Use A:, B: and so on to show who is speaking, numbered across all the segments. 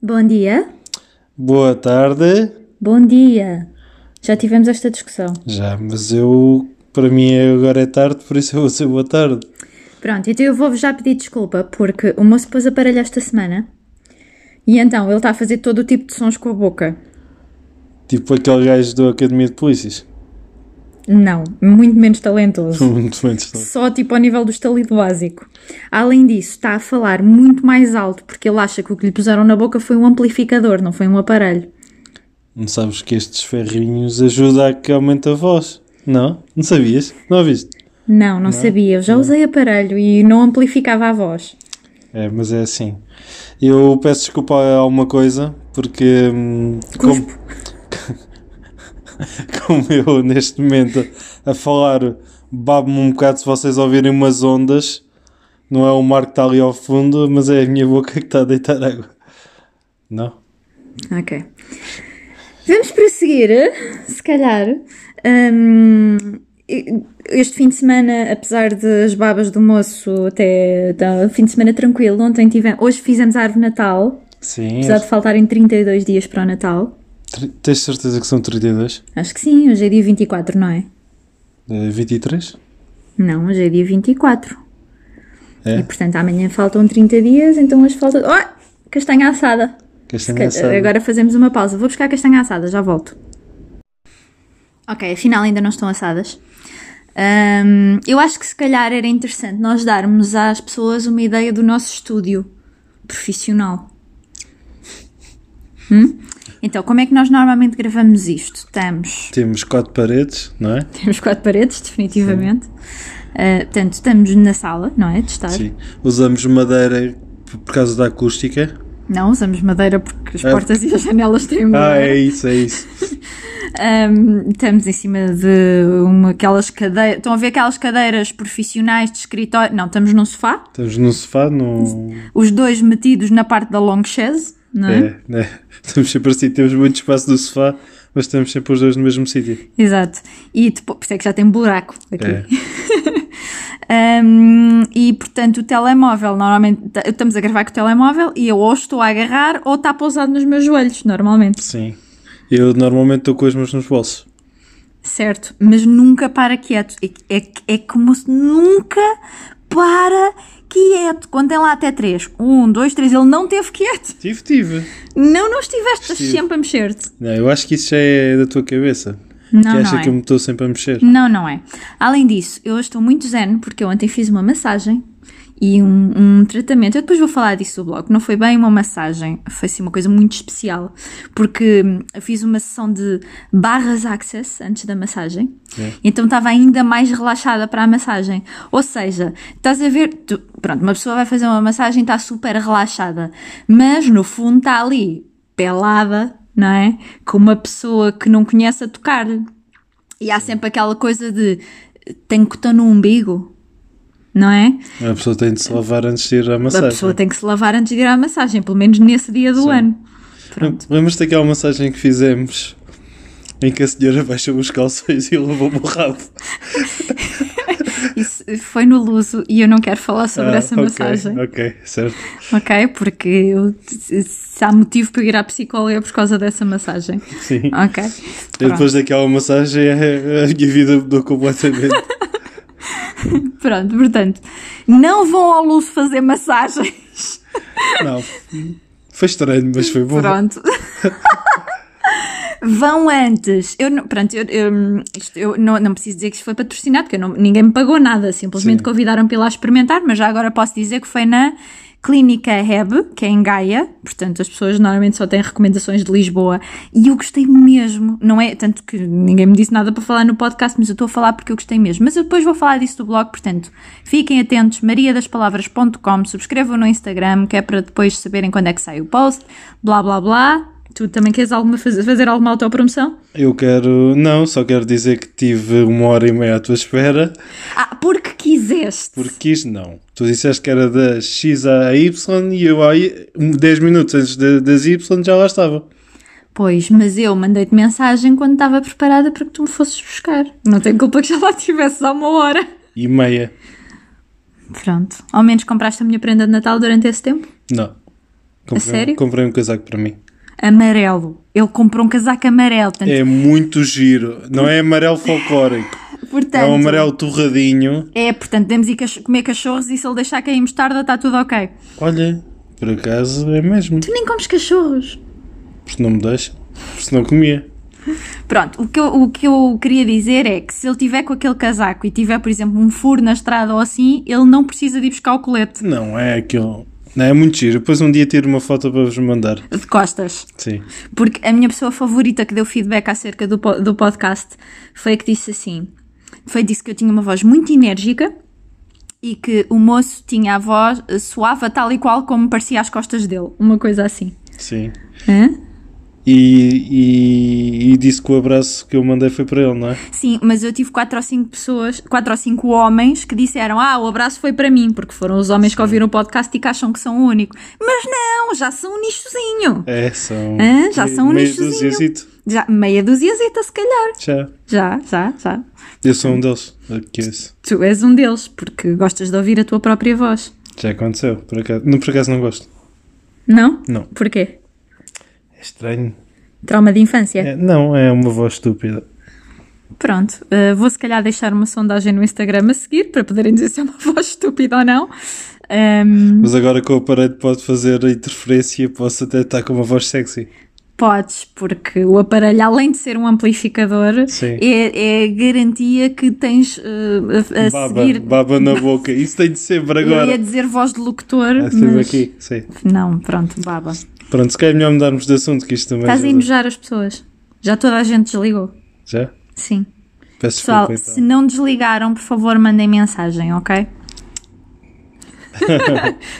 A: Bom dia.
B: Boa tarde.
A: Bom dia. Já tivemos esta discussão.
B: Já, mas eu. Para mim é- agora é tarde, por isso eu vou dizer boa tarde.
A: Pronto, então eu vou-vos já pedir desculpa porque o moço pôs aparelho esta semana e então ele está a fazer todo o tipo de sons com a boca.
B: Tipo aquele gajo da Academia de Polícias.
A: Não, muito menos talentoso.
B: Muito bem distante.
A: Só tipo ao nível do estalido básico. Além disso, está a falar muito mais alto porque ele acha que o que lhe puseram na boca foi um amplificador, não foi um aparelho.
B: Não sabes que estes ferrinhos ajudam a que aumente a voz? Não? Não sabias? Não ouviste?
A: Não, não, sabia. Eu já usei aparelho e não amplificava a voz.
B: É, mas é assim. Eu peço desculpa a alguma coisa, porque. hum, Como,
A: Cuspo.
B: como eu neste momento a falar, babo-me um bocado se vocês ouvirem umas ondas. Não é o mar que está ali ao fundo, mas é a minha boca que está a deitar água. Não?
A: Ok. Vamos prosseguir, se calhar. Hum, este fim de semana, apesar das babas do moço, até tá, fim de semana tranquilo. Ontem tivemos, hoje fizemos a árvore de Natal,
B: Sim.
A: apesar de faltarem 32 dias para o Natal.
B: Tri- Tens certeza que são 32?
A: Acho que sim, hoje é dia 24, não é?
B: Eh, 23?
A: Não, hoje é dia 24.
B: É.
A: E portanto amanhã faltam 30 dias, então hoje falta. Oh! Castanha assada!
B: Castanha
A: Se calhar,
B: assada.
A: Agora fazemos uma pausa. Vou buscar a castanha assada, já volto. Ok, afinal ainda não estão assadas. Ahm, eu acho que se calhar era interessante nós darmos às pessoas uma ideia do nosso estúdio profissional. Hum? Então, como é que nós normalmente gravamos isto? Estamos
B: Temos quatro paredes, não é?
A: temos quatro paredes, definitivamente. Ah, portanto, estamos na sala, não é? De estar.
B: Sim. Usamos madeira por- por causa da acústica.
A: Não usamos madeira porque as
B: É.
A: portas e as janelas têm
B: Ah,
A: madeira.
B: é isso, é isso.
A: Ahm, estamos em cima de uma, aquelas cadeiras. Estão a ver aquelas cadeiras profissionais de escritório? Não, estamos num sofá.
B: Estamos num sofá, num.
A: Os dois metidos na parte da long chaise, não é?
B: É, né? Estamos sempre assim, temos muito espaço do sofá, mas estamos sempre os dois no mesmo sítio.
A: Exato. E depois, por isso é que já tem buraco aqui.
B: É.
A: Ahm, e portanto, o telemóvel, normalmente ta- estamos a gravar com o telemóvel e eu ou estou a agarrar ou está pousado nos meus joelhos, normalmente.
B: Sim. Eu normalmente estou com as mãos nos bolsos.
A: Certo, mas nunca para quieto. É, é, é como se nunca para quieto. Contem lá até três. Um, dois, três. Ele não teve quieto.
B: Tive, tive.
A: Não, não estiveste estás
B: Estive.
A: sempre a mexer-te.
B: Não, eu acho que isso já é da tua cabeça.
A: Não,
B: que acha
A: não é.
B: que eu me estou sempre a mexer.
A: Não, não é. Além disso, eu estou muito zen porque eu ontem fiz uma massagem e um, um tratamento. Eu depois vou falar disso do blog. Não foi bem uma massagem, foi assim uma coisa muito especial porque hum, eu fiz uma sessão de barras access antes da massagem. Então estava ainda mais relaxada para a massagem. Ou seja, estás a ver, tu- pronto, uma pessoa vai fazer uma massagem e está super relaxada, mas no fundo está ali pelada, não é? Com uma pessoa que não conhece a tocar-lhe. E há sempre aquela coisa de tenho que estar no umbigo, não é?
B: A pessoa tem de se lavar antes de ir à
A: A
B: massagem.
A: pessoa tem que se lavar antes de ir à massagem, pelo menos nesse dia do ano. Pronto.
B: Lembras-te daquela massagem que fizemos em que a senhora baixou os calções e levou-me o rabo?
A: Isso foi no Luso e eu não quero falar sobre
B: Ah,
A: essa
B: ok,
A: massagem,
B: Ok, certo.
A: ok? Porque eu, se se há motivo para eu ir à psicóloga é por causa dessa massagem,
B: Sim.
A: ok?
B: E Depois daquela massagem é, a a minha vida mudou completamente.
A: Pronto. Pronto, portanto, não vão ao Luso fazer massagens.
B: Não. Foi estranho, mas foi bom.
A: Pronto. Vão antes. Eu não, pronto, eu, eu- isto- eu não, não preciso dizer que isto foi patrocinado, porque eu não- ninguém me pagou nada. Simplesmente
B: Sim.
A: convidaram para ir lá experimentar, mas já agora posso dizer que foi na Clínica Heb, que é em Gaia. Portanto, as pessoas normalmente só têm recomendações de Lisboa. E eu gostei mesmo. Não é tanto que ninguém me disse nada para falar no podcast, mas eu estou a falar porque eu gostei mesmo. Mas eu depois vou falar disso do blog, portanto, fiquem atentos. mariadaspalavras.com. Subscrevam no Instagram, que é para depois saberem quando é que sai o post. Blá, blá, blá. Tu também queres alguma, faz- fazer alguma autopromoção?
B: Eu quero. Não, só quero dizer que tive uma hora e meia à tua espera.
A: Ah, porque quiseste.
B: Porque quis, não. Tu disseste que era da X à Y e eu aí, 10 minutos antes da- das Y já lá estava.
A: Pois, mas eu mandei-te mensagem quando estava preparada para que tu me fosses buscar. Não tem culpa que já lá estivesse há uma hora.
B: E meia.
A: Pronto. Ao menos compraste a minha prenda de Natal durante esse tempo?
B: Não. Comprei,
A: sério?
B: comprei um casaco para mim.
A: Amarelo. Ele comprou um casaco amarelo. Portanto,
B: É muito giro. Não é amarelo folclórico.
A: portanto,
B: É um amarelo torradinho.
A: É, portanto, podemos ir cach- comer cachorros e se ele deixar cair mostarda está tudo ok.
B: Olha, por acaso é mesmo.
A: Tu nem comes cachorros.
B: Porque não me deixa. Porque senão comia.
A: Pronto, o que, eu, o que eu queria dizer é que se ele tiver com aquele casaco e tiver, por exemplo, um furo na estrada ou assim, ele não precisa de ir buscar o colete
B: Não, é aquilo. Não, é muito giro. Depois um dia tiro uma foto para vos mandar.
A: de costas.
B: Sim.
A: Porque a minha pessoa favorita que deu feedback acerca do, po- do podcast foi a que disse assim: foi disse que eu tinha uma voz muito enérgica e que o moço tinha a voz, soava tal e qual como parecia às costas dele. Uma coisa assim.
B: Sim.
A: Hã?
B: E, e- e disse que o abraço que eu mandei foi para ele, não é?
A: Sim, mas eu tive quatro ou cinco pessoas, quatro ou cinco homens que disseram: Ah, o abraço foi para mim, porque foram os homens que ouviram o podcast e que acham que são o único. Mas não, já são um nichozinho.
B: É, são.
A: Hã? Já são um
B: meia
A: nichozinho.
B: duziazito.
A: Já, meia duziazita, se calhar.
B: Já.
A: Já, já, já.
B: Eu sou um deles. Que esse.
A: Tu és um deles, porque gostas de ouvir a tua própria voz.
B: Já aconteceu. Por acaso. Não, por acaso não gosto.
A: Não?
B: Não.
A: Porquê?
B: É estranho.
A: Trauma de infância?
B: É, não, é uma voz estúpida.
A: Pronto, eh, vou se calhar deixar uma sondagem no Instagram a seguir para poderem dizer se é uma voz estúpida ou não. Ehm, Ahm,
B: Mas agora que o aparelho pode fazer a interferência, posso até estar com uma voz sexy.
A: Podes, porque o aparelho, além de ser um amplificador,
B: Sim.
A: é, é garantia que tens eh, a, a
B: baba,
A: seguir.
B: baba na boca. Isso tem de ser para
A: Eu
B: agora.
A: ia dizer voz de locutor,
B: Ah, esteve
A: é mas
B: aqui, sim.
A: não, pronto, baba.
B: Pronto, se calhar é melhor mudarmos de assunto que isto também.
A: Estás a
B: já-
A: enojar as pessoas. Já toda a gente desligou.
B: Já?
A: Sim.
B: Peço
A: Pessoal,
B: desculpa então.
A: se não desligaram, por favor, mandem mensagem, ok?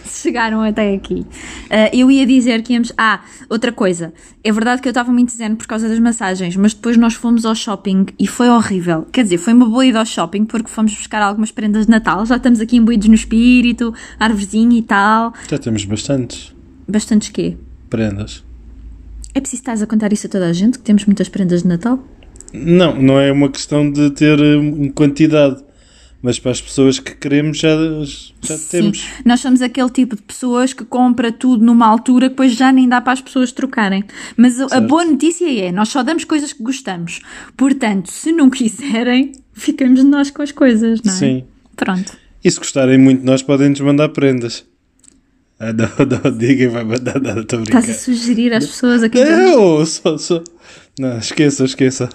A: Se Chegaram até aqui. Ah, eu ia dizer que íamos. Ah, outra coisa. É verdade que eu estava muito zen por causa das massagens, mas depois nós fomos ao shopping e foi horrível. Quer dizer, foi uma boa ida ao shopping porque fomos buscar algumas prendas de Natal. Já estamos aqui imbuídos no espírito, arvorezinha e tal.
B: Já temos bastantes
A: Bastantes quê?
B: prendas.
A: É preciso estás a contar isso a toda a gente que temos muitas prendas de Natal?
B: Não, não é uma questão de ter hum, quantidade. Mas para as pessoas que queremos já, já temos.
A: Nós somos aquele tipo de pessoas que compra tudo numa altura que depois já nem dá para as pessoas trocarem. Mas a- a boa notícia é, nós só damos coisas que gostamos. Portanto, se não quiserem, ficamos nós com as coisas, não é?
B: Sim.
A: Pronto.
B: E se gostarem muito de nós, podem nos mandar prendas. Ah, não, não, ninguém vai mandar nada, estou a brincar.
A: Estás a sugerir às pessoas aqui. um
B: Eu, só, só. Não, esqueça, esqueça.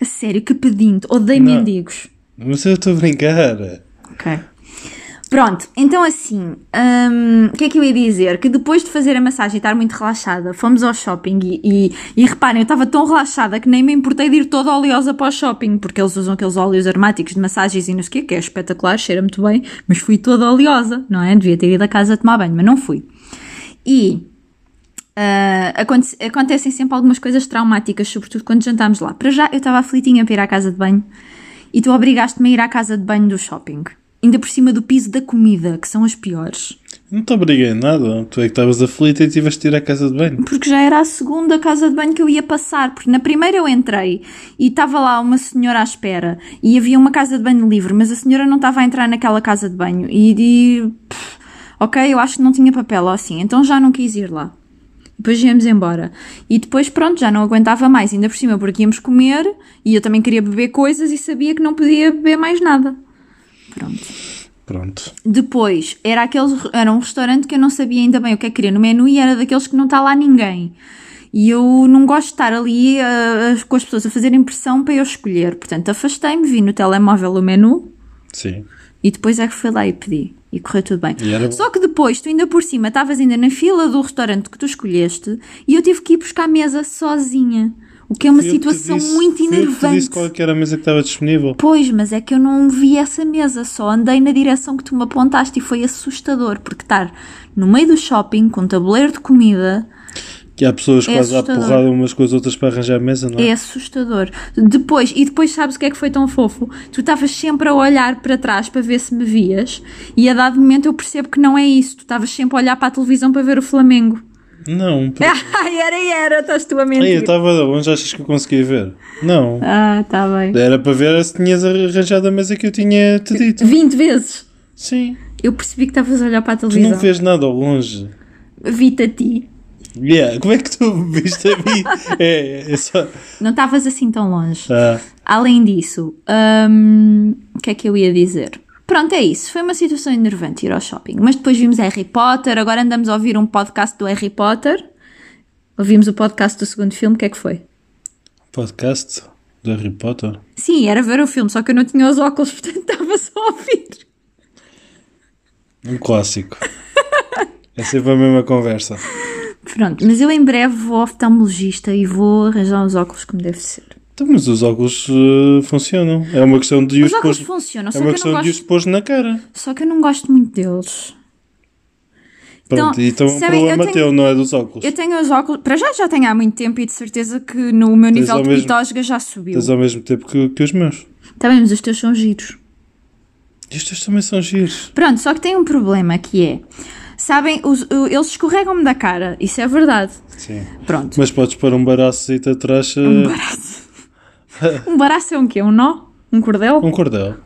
A: A sério, que pedindo. Odeio
B: Não.
A: mendigos.
B: Mas eu estou a brincar.
A: Ok. Pronto, então assim, hum, o que é que eu ia dizer? Que depois de fazer a massagem e estar muito relaxada, fomos ao shopping e, e, e reparem, eu estava tão relaxada que nem me importei de ir toda oleosa para o shopping, porque eles usam aqueles óleos aromáticos de massagens e não sei o quê, que é espetacular, cheira muito bem, mas fui toda oleosa, não é? Devia ter ido a casa tomar banho, mas não fui. E ah, aconte- acontecem sempre algumas coisas traumáticas, sobretudo quando jantámos lá. Para já, eu estava aflitinha para ir à casa de banho e tu obrigaste-me a ir à casa de banho do shopping. Ainda por cima do piso da comida, que são as piores.
B: Não te obriguei a nada. Tu é que estavas aflita e tiveste de ir à casa de banho.
A: Porque já era a segunda casa de banho que eu ia passar. Porque na primeira eu entrei e estava lá uma senhora à espera e havia uma casa de banho livre, mas a senhora não estava a entrar naquela casa de banho. E, de pff, ok, eu acho que não tinha papel ou assim, então já não quis ir lá. Depois íamos embora. E depois, pronto, já não aguentava mais, ainda por cima, porque íamos comer e eu também queria beber coisas e sabia que não podia beber mais nada. Pronto.
B: Pronto.
A: Depois, era, aquele, era um restaurante que eu não sabia ainda bem o que é que queria no menu e era daqueles que não está lá ninguém. E eu não gosto de estar ali ah, ah, com as pessoas a fazerem pressão para eu escolher. Portanto, afastei-me, vi no telemóvel o menu
B: Sim.
A: e depois é que fui lá e pedi. E correu tudo bem.
B: E era bom.
A: Só que depois, tu ainda por cima, estavas ainda na fila do restaurante que tu escolheste e eu tive que ir buscar a mesa sozinha. O que é uma
B: Fui eu que te
A: situação
B: disse-
A: muito
B: fui eu que te
A: enervante.
B: disse qual é que era a mesa que estava disponível.
A: Pois, mas é que eu não vi essa mesa, só andei na direção que tu me apontaste e foi assustador, porque estar no meio do shopping com um tabuleiro de comida
B: Que há pessoas
A: É
B: quase à
A: assustador.
B: porrada umas com as outras para arranjar a mesa, não é?
A: é assustador. Depois, e depois sabes o que é que foi tão fofo? Tu estavas sempre a olhar para trás para ver se me vias e a dado momento eu percebo que não é isso, tu estavas sempre a olhar para a televisão para ver o Flamengo. Ah,
B: Não.
A: é
B: por-
A: Ai, era, era, estás tu a
B: Ei, eu
A: mentir.
B: estava longe, achas que eu conseguia ver? Não.
A: Ah, tá bem.
B: Era para ver se tinhas arranjado a mesa que eu tinha te dito.
A: 20 vezes.
B: Sim.
A: Eu percebi que estavas a olhar para a
B: Tu não
A: televisão.
B: vês nada ao longe.
A: vi-te a ti.
B: Yeah, como é que tu me viste a mim? é, é só.
A: Não estavas assim tão longe.
B: Ah,
A: Além disso, hum, o que é que eu ia dizer? Pronto, é isso. Foi uma situação enervante ir ao shopping. Mas depois vimos Harry Potter, agora andamos a ouvir um podcast do Harry Potter. Ouvimos o podcast do segundo filme, o que é que foi?
B: podcast do Harry Potter.
A: Sim, era ver o filme, só que eu não tinha os óculos, portanto estava só a ouvir.
B: Um clássico. É sempre a mesma conversa.
A: Pronto, mas eu em breve vou ao oftalmologista e vou arranjar os óculos como deve ser.
B: Então, mas os óculos eh, funcionam. É uma questão de os
A: Os óculos
B: pôr.
A: funcionam,
B: É
A: só
B: uma
A: que, eu não
B: questão de os
A: gosto,
B: pôr na cara.
A: só que eu não gosto muito deles.
B: Pronto, então, é um
A: sabem, eu
B: problema
A: tenho-
B: teu, não é dos óculos.
A: Eu tenho os óculos, para já já tenho há muito tempo e de certeza que no meu nível
B: ao
A: de
B: mesmo-
A: pitosga já subiu.
B: Tens ao mesmo tempo que, que os meus.
A: Também, mas os teus são giros.
B: Estes também são giros.
A: Pronto, só que tem um problema que é, sabem, os- o- eles escorregam-me da cara, isso é verdade.
B: Sim.
A: Pronto,
B: Mas podes pôr um baracito atrás. eh,
A: um baraço. um baraço é um quê? Um nó? Um cordel?
B: Um cordel.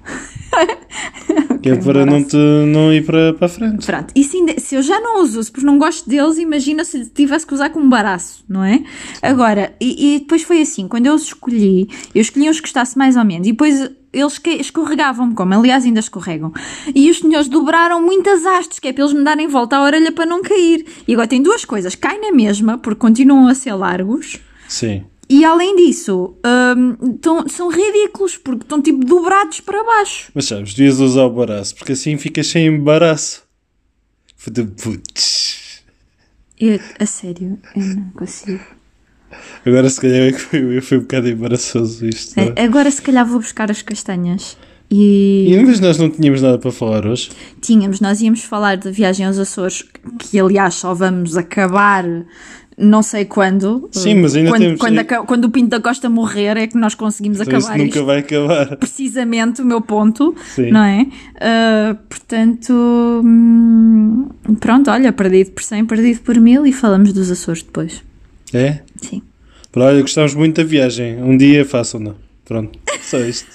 B: que
A: Ok,
B: é
A: um
B: para não,
A: braço.
B: te, não ir para, para a frente.
A: Pronto, e se, ainda- se eu já não os uso porque não gosto deles, imagina se tivesse que usar com um baraço, não é? Agora, e, e depois foi assim, quando eu os escolhi, eu escolhi os que gostasse mais ou menos, e depois eles que- escorregavam-me, como aliás ainda escorregam, e os senhores dobraram muitas hastes, que é para eles me darem volta à orelha para não cair. E agora tem duas coisas, cai na mesma, porque continuam a ser largos,
B: Sim.
A: e além disso, hum, tão- são ridículos, porque estão tipo dobrados para baixo.
B: Mas sabes, devias usar o baraço, porque assim ficas sem embaraço. Fudeu, putz.
A: Eu, a sério, eu não consigo.
B: Agora se calhar é que foi, foi um bocado embaraçoso isto. não é?
A: É, Agora se calhar vou buscar as castanhas. E
B: E mas nós não tínhamos nada para falar hoje. então
A: tínhamos, nós íamos falar de viagem aos Açores, que aliás só vamos acabar não sei quando.
B: Sim, mas ainda
A: quando,
B: temos-
A: Quando, aca- quando o Pinto da Costa morrer é que nós conseguimos
B: Então isso
A: acabar
B: nunca
A: isto.
B: vai acabar.
A: Precisamente o meu ponto,
B: Sim.
A: não é? Ah, portanto, hum, pronto, olha, perdido por 100, perdido por mil e falamos dos Açores depois.
B: É?
A: Sim.
B: Para olha, gostámos muito da viagem. Um dia façam-na. Pronto, só isto.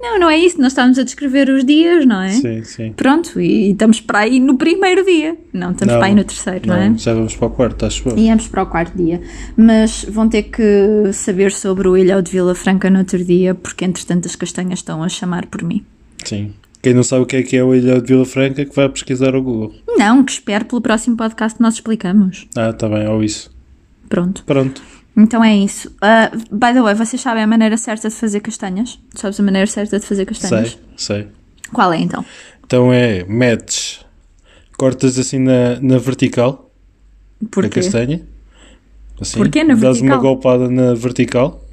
A: Não, não é isso, nós estávamos a descrever os dias, não é?
B: sim, sim.
A: Pronto, e, e estamos para aí no primeiro dia. Não, estamos
B: Não,
A: para aí no terceiro, não, é?
B: Não, já vamos para o quarto, acho eu.
A: E vamos para o quarto dia. Mas vão ter que saber sobre o Ilhéu de Vila Franca no outro dia, porque entretanto as castanhas estão a chamar por mim.
B: Sim. Quem não sabe o que é que é o Ilhéu de Vila Franca, que vai pesquisar o Google.
A: Não, que espero pelo próximo podcast que nós explicamos.
B: Ah, tá bem, ou isso.
A: Pronto.
B: Pronto.
A: Então é isso. Ah, by the way, vocês sabem a maneira certa de fazer castanhas? Sabes a maneira certa de fazer castanhas?
B: Sei, sei.
A: Qual é então?
B: Então é, metes, cortas assim na, na vertical da
A: Porquê?
B: castanha. Assim,
A: Porquê na
B: Dás uma
A: vertical?
B: golpada na vertical.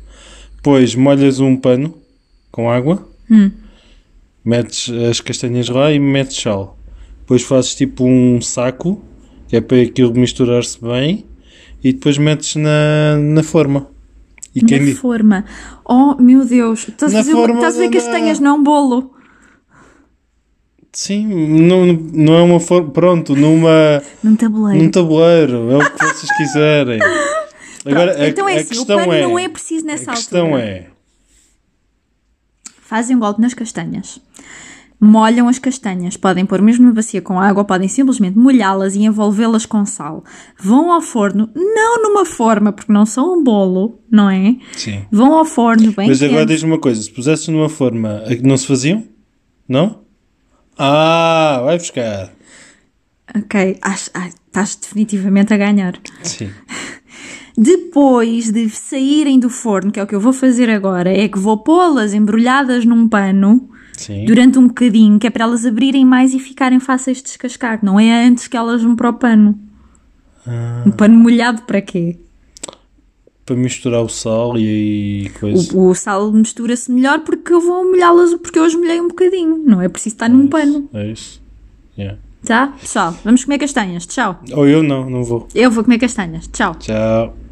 B: Depois molhas um pano com água.
A: Hum.
B: Metes as castanhas lá e metes sal. Depois fazes tipo um saco, que é para aquilo misturar-se bem. E depois metes na, na forma. E
A: Na
B: quem di-
A: forma. Oh meu Deus, estás a
B: Na
A: fazer uma-
B: forma
A: estás a fazer
B: da-
A: castanhas, não um bolo.
B: Sim, não, não é uma forma. Pronto, numa.
A: Num tabuleiro.
B: Num tabuleiro, é o que vocês quiserem. Agora,
A: Pronto,
B: a,
A: então é
B: a
A: assim, o
B: questão
A: pano
B: é,
A: não é preciso nessa
B: a questão
A: altura.
B: é,
A: Fazem um golpe nas castanhas. Molham as castanhas, podem pôr mesmo na bacia com água, podem simplesmente molhá-las e envolvê-las com sal. Vão ao forno, não numa forma, porque não são um bolo, não é?
B: sim.
A: Vão ao forno bem
B: Mas
A: quente.
B: agora diz-me uma coisa, se pusesses numa forma, a que não se faziam? Não? Ah, vai buscar.
A: Ok, acho- ai, estás definitivamente a ganhar.
B: Sim.
A: Depois de saírem do forno, que é o que eu vou fazer agora, é que vou pô-las embrulhadas num pano
B: Sim.
A: durante um bocadinho, que é para elas abrirem mais e ficarem fáceis de descascar. Não é antes que elas vão para o pano. Um pano molhado para quê?
B: Para misturar o sal e, e coisa.
A: O, o sal mistura-se melhor porque eu vou molhá-las, porque eu as molhei um bocadinho. Não é preciso estar num pano,
B: É isso. Yeah.
A: tá? Pessoal, vamos comer castanhas. Tchau.
B: Ou eu não, não vou.
A: Eu vou comer castanhas. Tchau.
B: Tchau.